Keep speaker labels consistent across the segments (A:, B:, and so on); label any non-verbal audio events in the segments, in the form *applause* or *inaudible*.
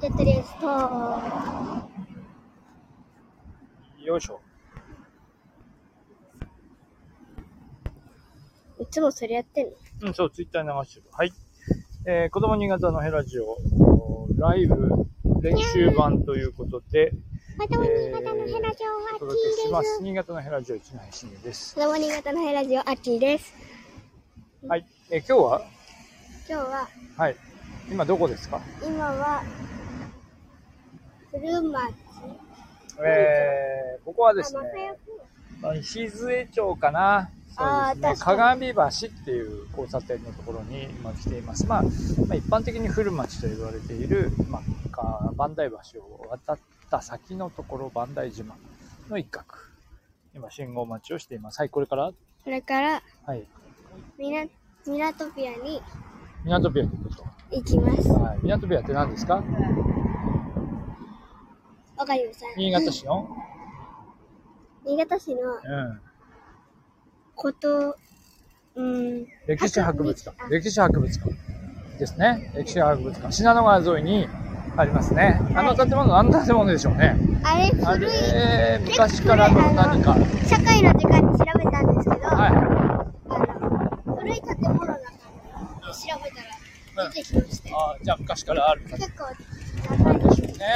A: ってたやつと、
B: よいしょ。
A: いつもそれやってんの
B: うん、そう、ツイッターに流してる。はい。えー、子供新潟のヘラジオ、ライブ練習版ということで、
A: ま
B: え
A: たも新潟のヘラジオ
B: ー、お
A: アッキ
B: 届けしま。
A: ーですす。
B: 新潟のヘラジオ一の配信です。
A: またも新潟のヘラジオアッキーです。
B: はい。えー、今日は
A: 今日は、
B: はい。今どこですか
A: 今は、古町。
B: えー、ここはです
A: あ、またや
B: ね
A: く、
B: まあ石杖町かな。
A: あー
B: そうですね。
A: 確か
B: 鏡橋っていう交差点のところに今来ています。まあ、まあ、一般的に古町と言われている、まあ、か磐梯橋を渡った先のところ、磐梯島の一角。今、信号待ちをしています。はい、これから
A: それから、
B: はい。
A: みな、ミラトピアに
B: 港ビアに行く
A: 行きます
B: と。。はい。港ビアって何ですか
A: わかりました。
B: 新潟市の
A: 新潟市の
B: うん。
A: こと、うん、
B: 歴史博物
A: あ
B: 館。歴史博物館ですね。歴史博物館。信濃川沿いにありますね。あの建物、あの建物でしょうね。
A: あれ
B: あ
A: 古い、
B: れ、昔からの何か。
A: 社会の時間に調べたんですけど、
B: は
A: あの古い建物だから調べたら出てきました
B: い。
A: よ
B: あじゃあ昔からある
A: 結構長いです
B: ね。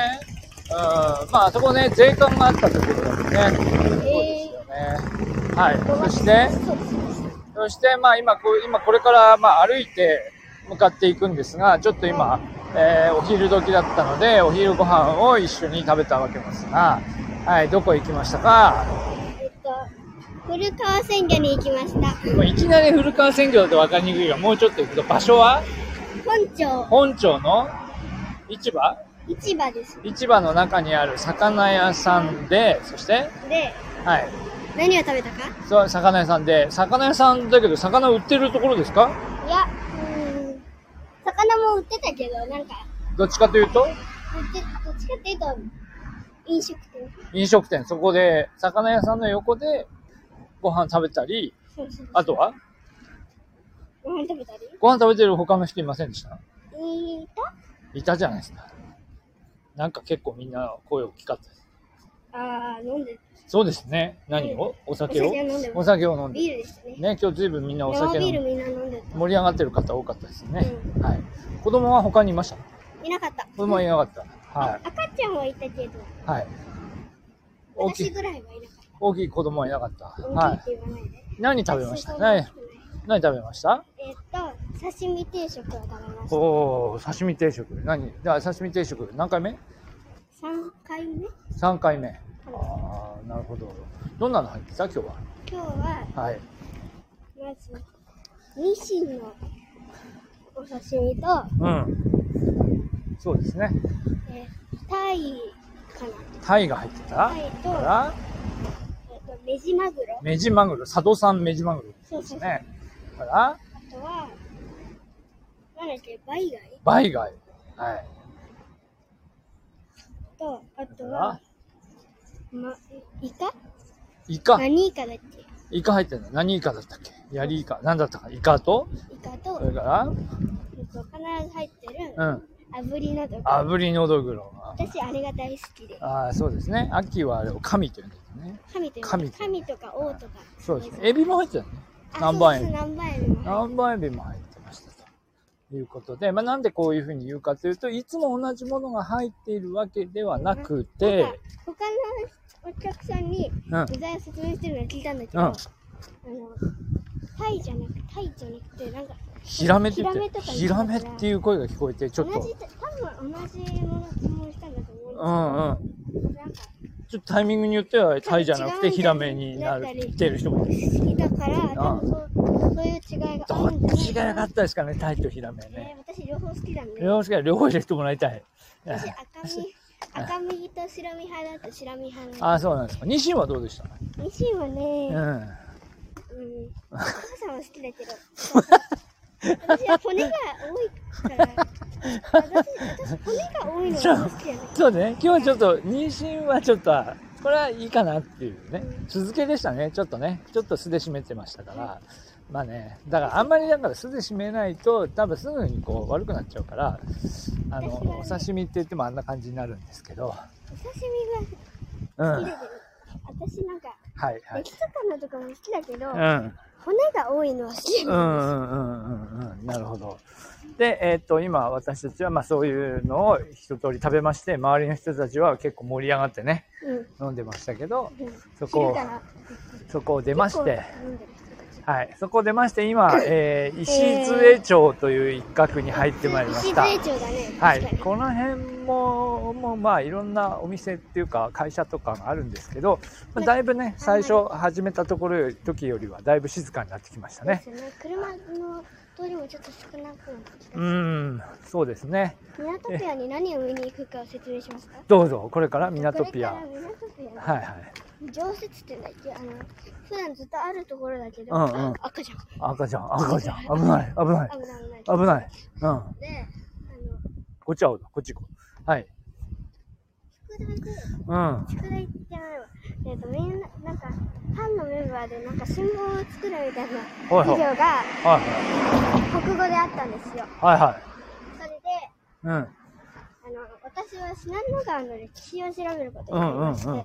B: うん。まあ、あそこね、税関があったところですね。そうですよね。はい。そして、
A: そうです
B: そして、まあ今こう、今これから、まあ歩いて向かっていくんですが、ちょっと今、えーお昼時だったので、お昼ご飯を一緒に食べたわけですが、はい、どこ行きましたか
A: えっと古川鮮魚に行きました
B: もういきなり古川鮮魚だと分かりにくいが、もうちょっと行くと、場所は
A: 本町
B: 本町の市場
A: 市場です
B: 市場の中にある魚屋さんで、そして、
A: で
B: はい、
A: 何を食べたか
B: そう魚屋さんで、魚屋さんだけど、魚売ってるところですか
A: いやうん魚も売ってたけどなんか
B: どっちかというと
A: 売ってどっちかっていうと飲食店
B: 飲食店、そこで、魚屋さんの横でご飯食べたり、
A: そうそう
B: あとは
A: ご飯食べたり
B: ご飯食べてる他の人いませんでした
A: いた
B: いたじゃないですか。なんか結構みんな声大きかったです。
A: あー飲んで
B: そうですね。何をお酒
A: お
B: を
A: 酒を飲んでます
B: お酒を飲んで。
A: ビールでしたね
B: ね、今日ずいぶんみんなお
A: 生
B: 酒
A: ビール
B: 飲んで
A: みんな飲んでた
B: 盛り上がってる方多かったですね。はい。子供は他にいました
A: いなかった
B: 子供はいなかった。は
A: 赤ちゃんはいたけど
B: い。はい。大き
A: 私
B: い、
A: ぐらいはいなかっ
B: 大きい子供はいなかった。
A: た。大
B: はい。
A: きいって言わないで。
B: 何食べました
A: 私そんな
B: 何
A: 大きくない
B: 何食べました
A: えっと、刺身定食を食べました。
B: おお刺身定食。何じゃあ刺身定食何回目
A: 三回目。
B: 三回目。
A: 今
B: ああ、なるほど。どんなの入ってた今日は。
A: 日は、
B: はい。
A: まず。ニシンの。お刺身と、
B: うん。そうですね。
A: えー、タイ。か
B: タイが入ってた。
A: タイと
B: から、
A: な。えっと、メジマグロ。
B: メジマグロ、佐渡産メジマグロ
A: そう
B: で
A: そ
B: す
A: うそう。
B: ね。から、
A: あとは。なんだっけ、バイ貝
B: バイガイ。はい。
A: と、あと
B: だか
A: は
B: ら。、
A: ま、イカ。
B: イカ。
A: 何イカだっけ。
B: イカ入ってるの。何イカだったっけヤリイカ。何だったか。イカと、
A: イカ
B: そ
A: と、
B: れか
A: えっと、必ず入ってる。
B: ら、うん。
A: 炙りなどが。
B: 炙りのどぐろ。
A: 私あれが大好きで
B: ああ、そうですね。秋はあれを神というんですね。
A: 神という
B: 神
A: 神とか王とか
B: そうですね。エビも入ってるね。
A: あ
B: 南蛮エ
A: そう
B: ビ
A: そう。何番エビも
B: 何番エビも入ってましたということで、まあ、なんでこういうふうに言うかというといつも同じものが入っているわけではなくて、
A: なんか他のお客さんに
B: うん
A: 具材を説明してるのを聞いたんだけど、
B: うん
A: あのタイじゃなくタイじゃなくてなんか
B: ヒラメって言っ
A: ヒラメ
B: て
A: とか言う
B: ヒラメっていう声が聞こえてちょ
A: 同
B: っと
A: じ多分同じもの注文したんだと思
B: う
A: うん
B: うん
A: んですけど、なんか
B: ちょっとタイミングによってはタイじゃなくてヒラメになるってる人もいる
A: 好きだから多分そうそういう違いが
B: ど
A: あるん
B: っ
A: じ
B: ちが
A: ゃないか
B: 良か
A: な
B: ったですかねタイとヒラメ
A: ね
B: ね、
A: 私両方好きなんで
B: 両方しか両方入れてもらいたい
A: 私赤身赤身と白身派だと白身派
B: ああそうなんですかニシンはどうでした、
A: ミシンはね、
B: うん
A: うん、お母さんは好きだけど私は骨が多いから私私骨が多いのが好きだね
B: そうね、今日ちょっと妊娠はちょっと、これはいいかなっていうね
A: う、
B: 続けでしたね、ちょっとね、ちょっと素で締めてましたから、まあね、だからあんまりだから酢で締めないと多分すぐにこう悪くなっちゃうから、あの、
A: 私はね
B: お刺身って言ってもあんな感じになるんですけど、
A: お刺身
B: うん。
A: が好きだけど、
B: はい
A: 私なんか、
B: はい
A: 焼。き魚とかも好きだけど、
B: うん。
A: 骨が多いのは好き。
B: うんうんうんうんうん。なるほど。で、えっと、今私たちはまあそういうのを一通り食べまして、周りの人たちは結構盛り上がってね、
A: うん。
B: 飲んでましたけど、
A: うん
B: そこ
A: 昼
B: を
A: か、ら
B: そこを出まして、
A: 結構飲んでる人たち
B: はい、そこ出まして今、えー、石杖町という一角に入ってまいりました。
A: 石杖町だね。
B: は
A: 確
B: い、
A: かに
B: この辺も、もうまあいろんなお店っていうか会社とかがあるんですけど、まあ、だいぶね、最初始めたところより、時よりはだいぶ静かになってきました
A: そ
B: ね。
A: うですね。車の通りもちょっと少なくなってきた。
B: うん、そうですね。
A: 港ピアに何を見に行くかを説明しますか
B: どうぞ、これからミナトピア。
A: こ
B: は
A: れから港ピア
B: い
A: の
B: はい。
A: 常設店だっけあの普段ずっとあるところだけど、
B: うんうん
A: 赤じゃん
B: 赤ちゃん、赤ちゃん。危ない、危ない、
A: 危ない危ない
B: 危ない。うん。
A: であの
B: こっちは青だ、こっち行こう。はい。
A: 宿題で
B: うん。
A: 宿題じゃないわえっ、とみんななんかファンのメンバーでなんか信号を作るみたいな
B: はい
A: 授
B: は
A: 業
B: い。
A: が
B: はい
A: 国語であったんですよ
B: はい。はいはい。
A: それで
B: うん。
A: あの私は信濃川の歴史を調べることになりまして、
B: うんうんうん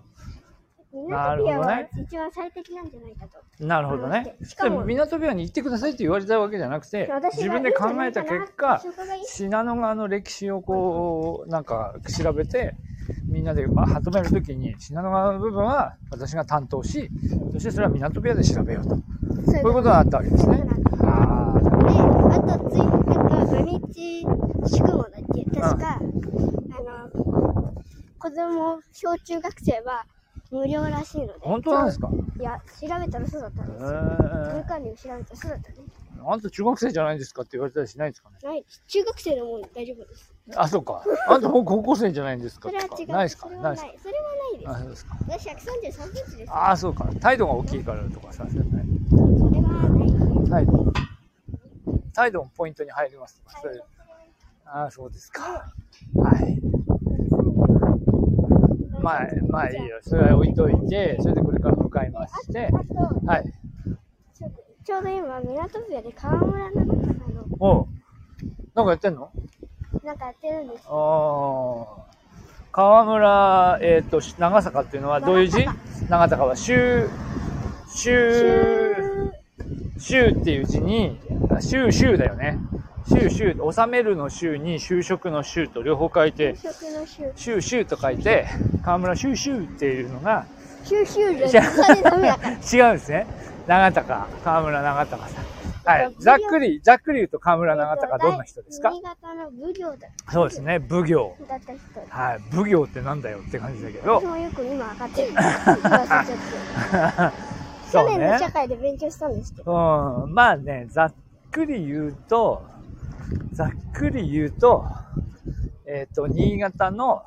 A: みんなとピア
B: な
A: は
B: る
A: 一番最適なんじゃないかと、
B: なるほどね。
A: しかも
B: で港ビアに行ってくださいって言われたわけじゃなくて、
A: 私が
B: 自分で考えた
A: いいんじ
B: 結果
A: ゃないかなそこがいい、
B: 信濃川の歴史をこう、なんか調べて、みんなで、まあ、まとめるときに、信濃川の部分は私が担当し、そしてそれは港ビアで調べようと。こ
A: そう
B: ういうことがあったわけです
A: そう
B: ね
A: いうことなん。
B: ああ、なる
A: で、あとつい、あと土日宿語だっけ確か、あの、子供、小中学生は無料らしいので。
B: 本当なんですか
A: いや、調べたらそうだったんですよ。
B: ほど
A: 文
B: ね。
A: 管理を調べたらそうだったね。
B: あんた中学生じゃないですかって言われたりしないんですかね。
A: ない、中学生でも大丈夫です。
B: あ、そうか。あんたもう高校生じゃないんですか
A: それ
B: と
A: は違
B: か。
A: う。
B: ないですか
A: それは
B: な
A: ないい。
B: です
A: そ
B: か
A: れはない
B: あそうですか
A: です。私133センチです。
B: あー、そうか。態度が大きいからとかさ、そういうのね。
A: それはない。
B: 態度。態度もポイントに入ります。それああ、そうですか。はい。まあ、まあいいよ。それは置いといて、それでこれから向かいまして
A: あ、と、
B: はい。
A: ちょちょうど今、港部屋で河村の中さんの、
B: おう。なんかやってんの
A: なんかやってるんですよ
B: ああ。河村、えっ、と、し長坂っていうのはどういう字
A: 長
B: 長坂は、州、州、州っていう字に、あ州、州だよね。州、州、収めるの州に就職の州と両方書いて、
A: 就職の就
B: シューシューと書いて、河村シューシューっていうのが、
A: 就就
B: じゃ
A: 人それダメだから
B: 違うんですね。長高、河村長高さん。はい。ざっくり、ざっくり言うと河村長高どんな人ですか
A: 新潟の奉行だ
B: そうですね、奉行。
A: だった人
B: はい。奉行ってなんだよって感じだけ
A: 私
B: ど、
A: もよく今分かってる忘れちゃって
B: そ
A: 去
B: う
A: 年の社
B: ね。
A: 会で勉強したんですけど
B: うん。まあね、ざっくり言うと、ざっくり言うと、えっ、と、新潟の、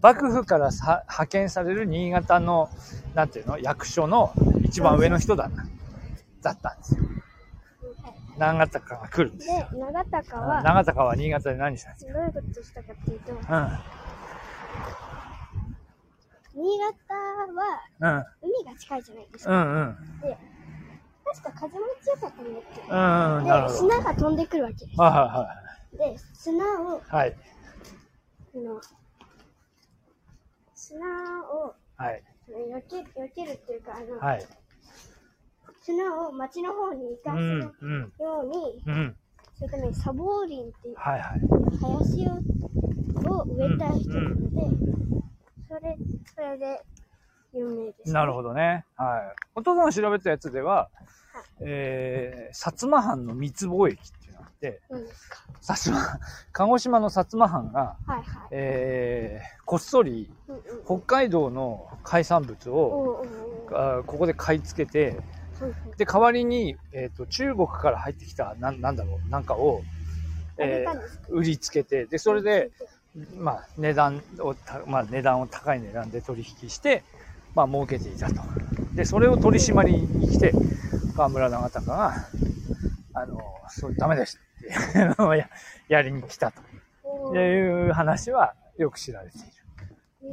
B: 幕府からさ派遣される新潟の、なんていうの、役所の一番上の人だな、だったんですよ。長坂が来るんですよ。
A: で長高は
B: 長坂は新潟で何したんです
A: どういうことしたかっていうと
B: か
A: 新潟は
B: うん。うん。
A: 海が近いじゃないです
B: う
A: か
B: んうん。
A: で確か風も強かったんだっけ
B: うんうん。なる
A: で
B: ほど。
A: 砂が飛んでくるわけです
B: は
A: で砂を
B: いはいはい。
A: あの砂を
B: はい。
A: 避け避けるっていうかあの、
B: はい。
A: 砂を町の方に行
B: う
A: かせる
B: んうん。
A: ように
B: うん。
A: するために砂防林っていう
B: はいはい。
A: 林をを植えた人なので、それそれで有名です、
B: なる
A: ほ
B: ほどね。はい。お父さんが調べたやつでは、えー、薩摩藩の密貿易っていうのがあって、
A: ど。うんですか。
B: 薩摩、 *laughs* 鹿児島の薩摩藩が、
A: はいはい。
B: えー、こっそり
A: うんうん。
B: 北海道の海産物
A: お
B: を、
A: うおうおう
B: あーここで買い付けて、
A: はいはい
B: で、代わりに、えっ、と、中国から入ってきた、なん、なんだろう、なんかを、
A: あげ
B: え
A: たん
B: ー
A: ですか
B: 売りつけて、で、それで、、まあ、値段をた、まあ、値段を高い値段で取引して、まあ、儲けていたと。で、それを取り締まりに来て、河村長隆が、あの、それダメですっていうのをや、やりに来たと
A: おう
B: いう話はよく知られている。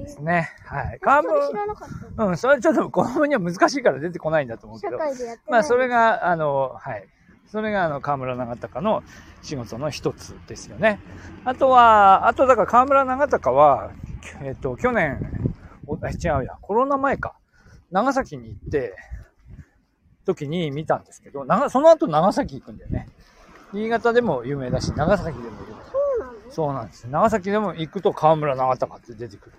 B: ですね。はい。カー
A: それ知らなかったの。
B: うん、それちょっと公務には難しいから出てこないんだと思うけ
A: 社
B: ど。
A: 会でやってない。
B: まあ、それが、あの、はい。それが、あの、河村長隆の仕事の一つですよね。あとは、あと、だから河村長隆は、えっと、去年、おあ違うや、コロナ前か。長崎に行って、時に見たんですけど、長その後長崎行くんだよね。新潟でも有名だし、長崎でも有名。
A: そうなの
B: そうなんです。長崎でも行くと河村長隆って出てく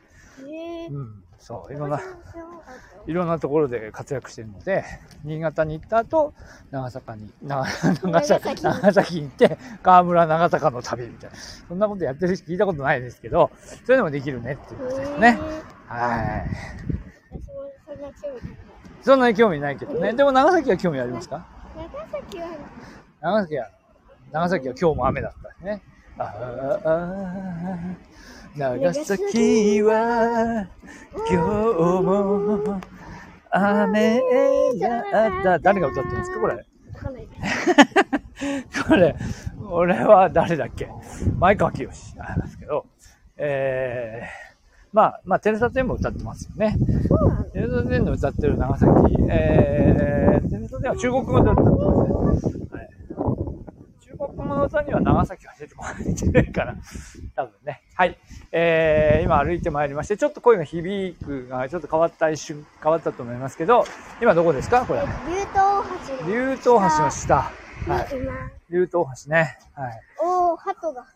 B: る。
A: へえ
B: うん。そう、いろんな
A: 私。も知らなかったよ
B: いろんなところで活躍してるので、新潟に行った後、長坂に、な長崎長崎に行って、河村長坂の旅みたいな。そんなことやってるし聞いたことないですけど、そういうのもできるねっていうことですね。
A: へえ
B: はい。
A: 私もそんな興味ない
B: そんなに興味ないけどね。でも長崎は興味ありますか
A: 長崎は
B: 長崎は、長崎は今日も雨だったね。あーあー、長崎は今日も雨だった。誰が歌ってるんですかこれ。
A: わかんないです
B: *laughs* これ、俺は誰だっけ前川清なんですけど、えー、まあ、まあ、テレサテンも歌ってますよね。
A: そうなの
B: テレサテンの歌ってる長崎、えー、テレサテンは中国語で歌ってますね。はい、中国語の歌には長崎は出てこないんじゃないかな。多分ね。はい。えー、今歩いてまいりまして、ちょっと声が響くが、ちょっと変わった一瞬、変わったと思いますけど、今どこですかこれ。
A: 竜頭橋の
B: 竜頭橋の下。は。
A: はいい今
B: 竜頭橋ね。はい。
A: おお鳩が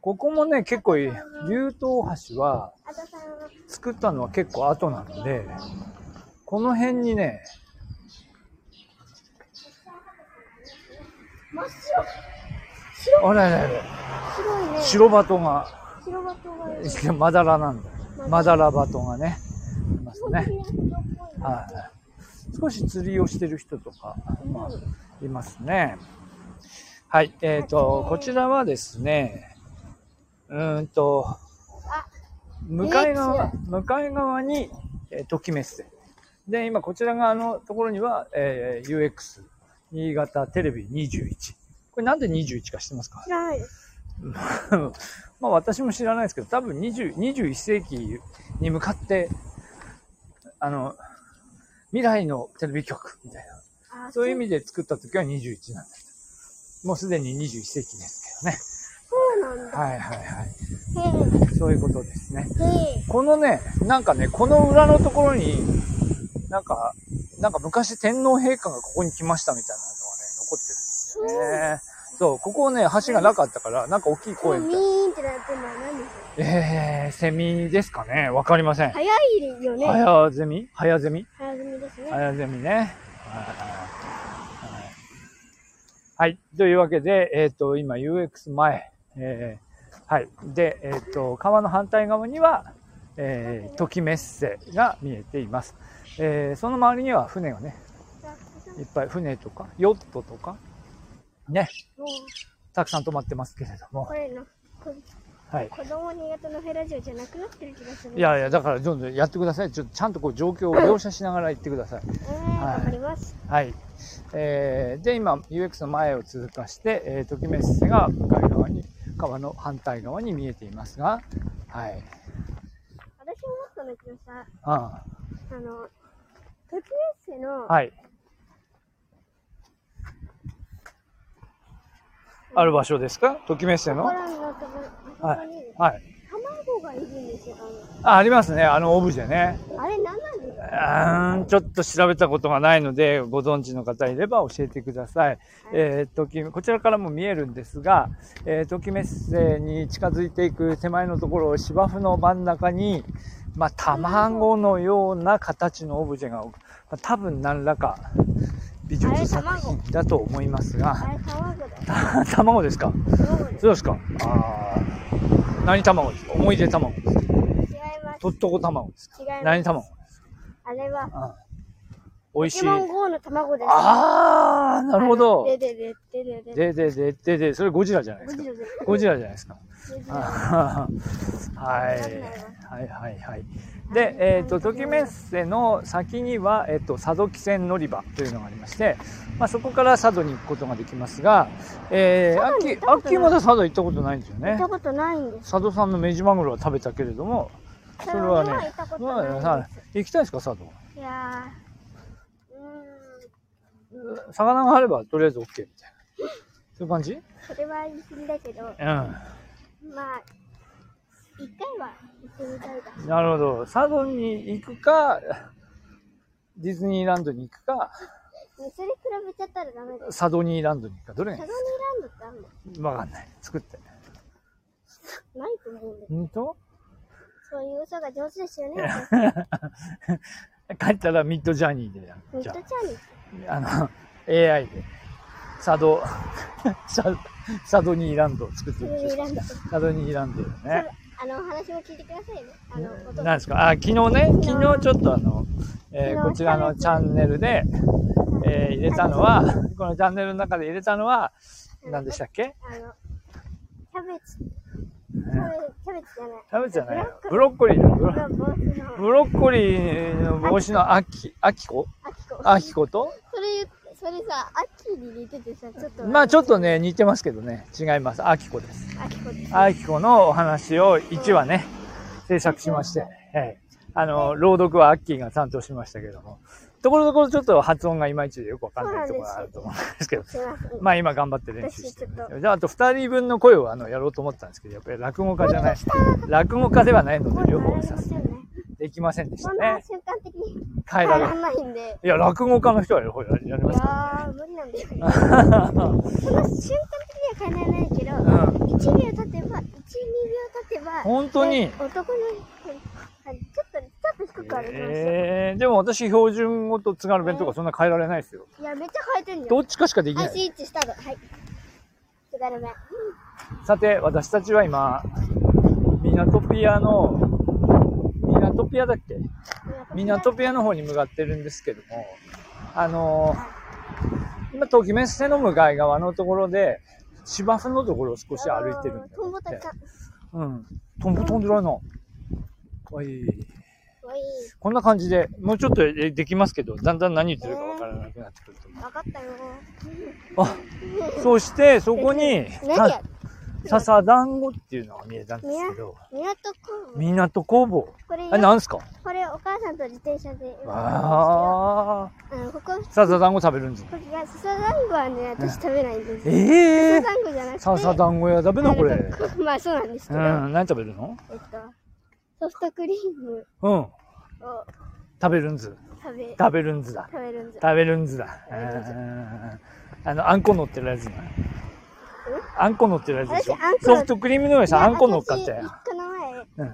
B: ここもね、結構いい。竜頭橋は、
A: あたさんは
B: 作ったのは結構後なので、この辺にね、
A: 真っ白
B: あれれれ、
A: 白いね
B: 白バトが、 *laughs*
A: 白バトがいる
B: まだらなんだ。まだらバトがね、いますね。はい。少し釣りをしてる人とか、まあ、いますね。はい。えっ、と、こちらはですね、うーんと、
A: あ
B: 向かい側
A: え、
B: 向かい側に、えー、ときめす店。で、今こちら側のところには、えー UX、新潟テレビ21。これなんで21か知ってますか *laughs*
A: 知らないです
B: うんまあ私も知らないですけど、多分20 21世紀に向かって、あの、未来のテレビ局みたいな、
A: あ
B: そういう意
A: 味
B: 味で作った時は21なんだもうすでに21世紀ですけどね。
A: そうなんだ
B: はいはいは
A: へ
B: い。そういうことですね。
A: えへえ
B: このね、なんかね、この裏のところに、なんか、なんか昔天皇陛下がここに来ましたみたいなのがね、残ってるんですよね。そう、ここをね、橋がなかったから、なんか大きい公園み
A: ミ
B: たいな。
A: ーンってなってるのは何ですか
B: えー、セミですかねわかりません。
A: 早いよね早
B: 早ゼミ早ゼミ
A: 組みですね
B: 早ゼミね。はいはい。はい。というわけで、えっ、と、今 UX 前。えーはい。で、えっ、と、川の反対側には、えー、トキメッセが見えています。えーその周りには船がね、いっぱい船とか、ヨットとか、ね、
A: もう
B: たくさん止まってますけれども
A: こ。れのこ
B: はい。
A: 子供苦手のヘラジオじゃなくなってる気がする
B: いやいや、だからどんどんやってください。ちょっとちゃんとこう状況を描写しながら言ってください。
A: うんわかります
B: はい。えーで、今、UX の前を通過して、えー、ときめっせが向かい側に、川の反対側に見えていますが、はい。
A: 私も思ったんだけどさ
B: あ
A: あの、時生の、
B: あはい。ある場所ですかときめっせ
A: ホ
B: のは
A: ランのとこあそこに
B: い。はい。
A: 卵がいるんですよ。
B: あ、ありますね。あのオブジェね。
A: あれ何なんです
B: う
A: か
B: ーん、ちょっと調べたことがないので、ご存知の方いれば教えてください。えー、とき、こちらからも見えるんですが、えー、ときメッセに近づいていく手前のところ、芝生の真ん中に、まあ、卵のような形のオブジェが、まあ多分何らか美術作品だと思いますが、
A: あれ卵だよ。
B: *laughs* 卵ですか
A: 卵です。
B: そうですかあー何卵ですか思い出卵です
A: 違
B: か
A: います。
B: とっとこ卵ですか
A: 違います。
B: 何卵
A: あれは、
B: あ美
A: ポ
B: 味し
A: ケ
B: い。
A: モン GO の卵です。
B: ああ、なるほど。
A: でででででで。
B: で、で、で、で、で、それゴジラじゃないで
A: ゴ
B: す
A: ジ
B: か。
A: ラです。
B: ゴジラじゃないです
A: *laughs*
B: か。
A: ででで
B: はい。はい、はい、はい。で、えっ、と、ときめっせの先には、えっ、と、佐渡汽船乗り場というのがありまして、まあ、そこから佐渡に行くことができますが、えー、
A: 佐渡に
B: 秋
A: 行ったことない、
B: 秋まだ佐渡行ったことないんですよ
A: 見
B: ね
A: た。ことないんです。
B: 佐渡さんのメジマグロは食べたけれども、それはね
A: 行ったことないです
B: まあ行きたいですか、佐渡。
A: いやーう
B: 魚があれば、とりあえず OK みたいな。そういう感じ
A: ーんそれは言い過ぎだけどま
B: う
A: あ一回は行ってみたいだ
B: ん。なるほど。佐渡に行くか、ディズニーランドに行くか、
A: ねそれ比べちゃったらダメだよ
B: サドニーランドに行くか、どれ
A: サ
B: が
A: ド
B: い
A: ニーランドってあんの
B: いわかんない。作って。
A: ないと思うんだけど
B: 本当
A: そういう嘘が上手ですよね
B: 帰ったらミッドジャーニーでや
A: ミッド
B: る。じ
A: チャ
B: ゃ
A: ーニー
B: あ、あの、AI で、サド、 *laughs* ササドニーランドを作って
A: サ
B: み
A: ドニ
B: る
A: ー。ランドそ
B: サドニーランドよね
A: れ。あのお話も聞いてくださいねあのお父さ
B: なん
A: ん
B: ですかあ、昨日ね、昨日ちょっとあの、えー
A: 昨日
B: こちらのチャンネルで、えー入れたのは、このチャンネルの中で入れたのは、何でしたっけ
A: あのキャベツキャベキャベツじゃない
B: 食べじゃないよ。ブロッコリーだよ。ブ
A: の
B: ロ
A: 帽子の
B: ブロッコリーの帽子のあき、あきこ
A: あきこ
B: あきこと
A: それ言ってそれさ秋に似ててさちょっと
B: まあちょっとね、似てますけどね。違います。あきこです。
A: あきこです
B: あきこのお話を1話ね、制作しまして、はい。あの、朗読はアッキーが担当しましたけども、ところどころちょっと発音がいまいちでよくわかんないところがあると思うんですけど、
A: すいません
B: まあ今頑張って練習してるん
A: 私ちょ
B: です
A: っ
B: よ。じゃああと2人分の声をあのやろうと思ったんですけど、やっぱり落語家じゃない、落語家ではないので両方さ
A: こんな
B: できませんでしたね。
A: 瞬間的に
B: 帰
A: 帰 *laughs*
B: ら
A: ら
B: れ
A: ないんで
B: いや、落語家の人はややり
A: い
B: ますか
A: やー無理なんだよね
B: らね。
A: その瞬間的には変えられないけど、
B: う
A: 1秒経てば、1、2秒経てば、
B: 本当に
A: ね男の人、あちょっと、ちょっと低く歩きました。
B: えー、でも私標準語と津軽弁とかそんな変えられないですよ。
A: いや、めっちゃ変えてんじゃん。
B: どっちかしかでき
A: は、
B: ない
A: スイ
B: い。
A: ッチスタート。はい。津軽弁。
B: さて、私たちは今、ミナトピアの、ミナトピアだっけミナトピアの方に向かってるんですけども、あのー、今、ときめっせの向かい側のところで、芝生のところを少し歩いてるんだ
A: トンボた
B: よ
A: ちさん。
B: うん。トンボ飛んでないな。おい。
A: おい、
B: こんな感じで、もうちょっとえできますけど、だんだん何言ってるかわからなくなってくると思う。
A: わかったよ。
B: あ、そして、そこに、
A: 何や
B: さ、笹団子っていうのが見えたんですけど、
A: 港工房。
B: 港工房。
A: これ、
B: あ、なんすか
A: これお母さんと自転車で。あ
B: ああ。
A: の、ここ、
B: 笹団子食べるんです
A: ここが、笹団子はね、私食べないんですよ。
B: ええ
A: 笹団子じゃなくて。
B: 笹団子屋食べのこれ。う
A: あの *laughs* まあそうなんですけど、
B: ん、何食べるの
A: えっと、ソフトクリーム
B: うん。
A: を
B: 食べるんず。
A: 食べ、
B: 食べるんずだ。
A: 食べるんです。
B: 食べるんずだ。う
A: 食べるんず
B: んあの、あんこ乗ってるやつな。あんこ乗ってるやつでしょ
A: 私あんこ
B: ソフトクリームの上にさ、あんこ乗っかって。
A: 私この前、
B: う
A: 白
B: ん。
A: 玉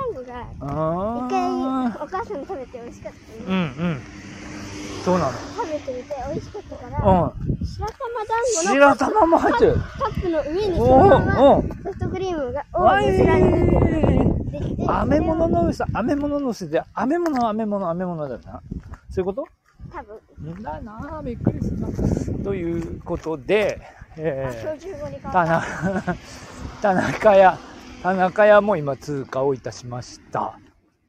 A: 団子が、一
B: あ
A: 回お母さんに食べて美味しかった
B: ー
A: の、
B: うんうん。そうな
A: 食べてみて美味しかったから、
B: の。うん。
A: 白玉団
B: 白玉も入ってる。
A: 子のカップの上にその
B: お
A: まま
B: おお
A: ソフトクリームが
B: お
A: 大きくられてできて、
B: あめ物の上さ、あめ物のせて、あめ物、あめ物、あめ物だよな。そういうこと
A: 多分、
B: だなぁ、びっくりするな。ということで、
A: あ
B: え
A: 標準語に変
B: ー、
A: わ
B: 田
A: った。
B: 中、田中屋、田中屋も今通過をいたしました。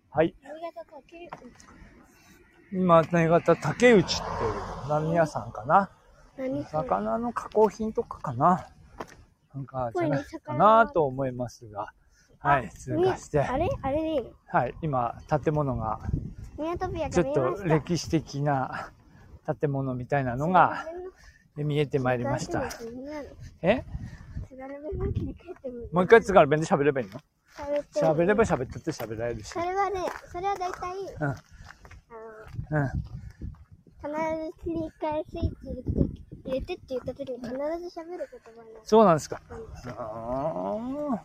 B: はい。
A: 新潟と九州
B: 今、新潟竹内っていう何屋さんかな。
A: 何それ
B: 魚の加工品とかかな。なんか、じゃないかなと思いますが、はい、通過して、
A: あれあれでいいの
B: はい、今、建物が、
A: ミナトピア
B: ち
A: が見
B: ょっ
A: えま
B: と
A: した。っ
B: 歴史的な建物みたいなのが見えてまいりました。えもう一回津軽弁で喋ればいいの喋れば喋ったって喋られるし
A: そ。れはね、それは大体、
B: うん、うん。
A: あの、必ず切り替えスイッチ入れて入れてって言った時に必ず喋る言葉になる。
B: そうなんですか。あー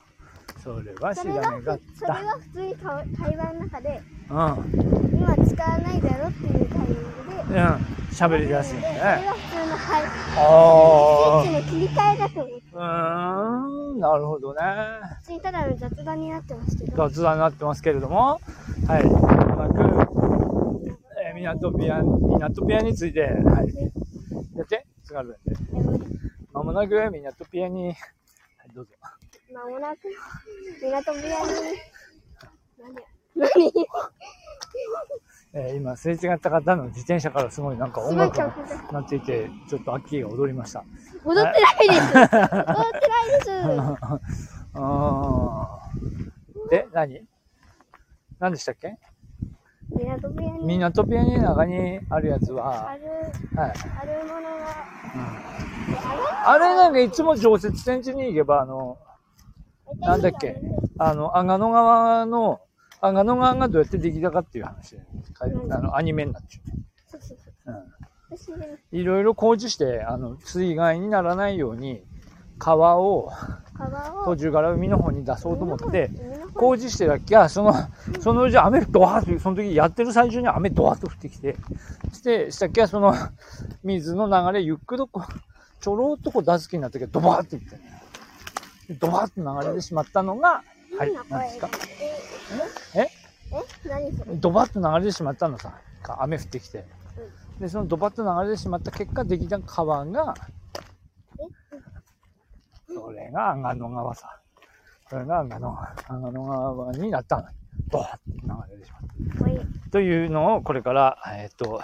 B: それは知
A: それ
B: らなか
A: が
B: っ、
A: それは普通に会会話の中で、
B: た。うん。うん。
A: 今使わないだろっていうタイミングで、
B: 喋りやす
A: そ
B: いん
A: れ
B: だね。
A: は普通の会
B: あ
A: スイッチの切り替えだと思う。
B: あ。うーん。なるほどね。
A: 普通にただの雑談になってますけど。
B: 雑談になってますけれども、はい。うまく、えー、ミナトピア、ミナトピアについて、はい。やって、津軽弁で。まもなくミナトピアに、はい、どうぞ。
A: まも
B: *laughs*
A: なく、港部屋に。何何
B: えー今、すれ違った方の自転車からすごいなんか音楽がなっていて、ちょっとアッキーが踊りました。 *laughs*
A: 踊ってないです踊ってないです
B: あーで、何何でしたっけ
A: 港部屋に
B: 港部屋の中にあるやつは
A: あ、る
B: はい。
A: あるものが
B: あれなんかいつも常設展示に行けば、あの、なんだっけあの、阿賀野川の、阿賀野川がどうやってできたかっていう話で、かいあの、アニメになっちゃ
A: そうそうそう
B: う。うん。
A: 私ね
B: いろいろ工事して、あの、水害にならないように、川を
A: 川
B: 途
A: を
B: 中から海の方に出そうと思って、
A: 海の方
B: 工事してたっきゃ、その、そのうち雨ドワーッと、その時やってる最中に雨ドワーッと降ってきて、して、したっきゃ、その、水の流れ、ゆっくりこう、ちょろっとこう出す気になったけど、ドバーっていってね。ドバーって流れてしまったのが、は
A: に変
B: い
A: な、
B: 何
A: 声
B: です
A: が
B: か
A: え
B: え
A: え何それ
B: ドバッと流れてしまったのさか雨降ってきてでそのドバッと流れてしまった結果できた川がそれが阿賀野川さそれが阿賀野川阿賀野川になったのドバッと流れてしまっ
A: こい
B: たというのをこれからえーっと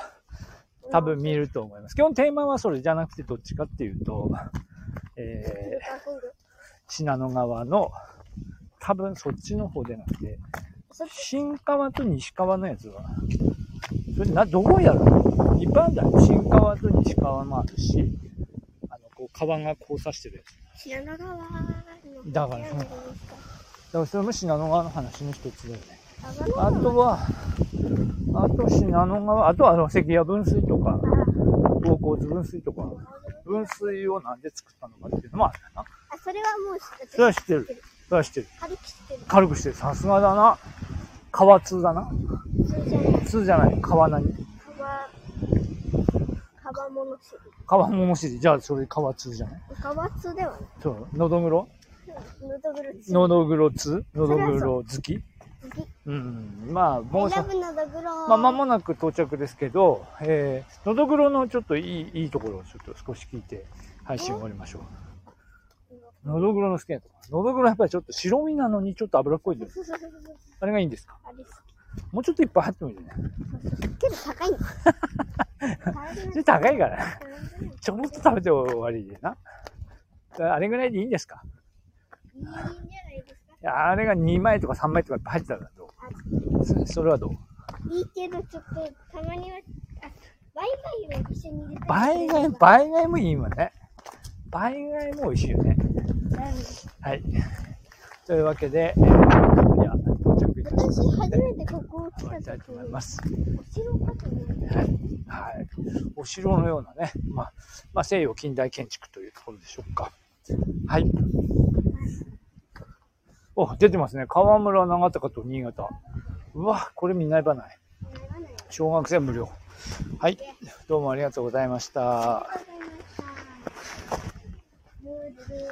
B: 多分見ると思います基本テーマはそれじゃなくてどっちかっていうと、えー信濃川の多分そっちの方でなくて
A: そっち
B: 新川と西川のやつは、それな、どこやろいっぱいあるんだよ。新川と西川もあるし、あの、こう、川が交差してるやつ。
A: 白良川の
B: だから
A: なんて言う
B: その
A: んですか
B: だからそれも信濃川の話の一つだよね。
A: あ
B: あとは、あと信濃川、あとはあの、関谷分水とか、高校図分水とか、分水をなんで作ったのかっていうのもあるんだな。
A: あそれはもう知って
B: それは知ってる。それは知ってる。
A: 軽く知ってる
B: 軽くしてる。さすがだな。川通だな。
A: それじゃない
B: 通じゃない。川何
A: 川川物知
B: 川物知り。じゃあ、それ川通じゃない
A: り川通ではない
B: そう、のどぐろ
A: のどぐろ知り
B: のどぐろつのどぐ
A: そりゃそ
B: ろ好き
A: 好き
B: うん。まあ、もう
A: 選
B: さ、
A: ぶのどぐろ
B: まあ、間もなく到着ですけど、えー、のどぐろのちょっといい、いいところをちょっと少し聞いて配信終わりましょう。のどぐろの好きなところ。のどぐろやっぱりちょっと白身なのにちょっと脂っこいです。あれがいいんですか
A: あれ好き
B: もうちょっといっぱい入ってもいいよね。
A: けど高いんだ高い
B: それ高いから、 *laughs*
A: 高い
B: ちょろっと食べて終わりでな。あれぐらいでいいんですか
A: いいんじゃないですか
B: いやあれが2枚とか3枚とかいっぱい入ってたらど
A: あ
B: うそそれはどう
A: いいけどちょっとたまにはあバイバイを一緒に入れた
B: 倍買、倍買もいいもんね。倍買も美味しいよね。
A: 私
B: はい。というわけで、えーいや、到着いたしましたの
A: 初
B: で、
A: めてここを来
B: 終わ
A: た
B: りたいと
A: 時に
B: 思います。
A: 後ろかと思った
B: はい。はい。お城のようなね、まあ、まあ、西洋近代建築というところでしょうか。はい。お、出てますね。川村、長高と新潟。うわ、これ見ないばない。
A: ならない
B: 小学生無料。はい。どうもありがとうございました。
A: ありがとうございます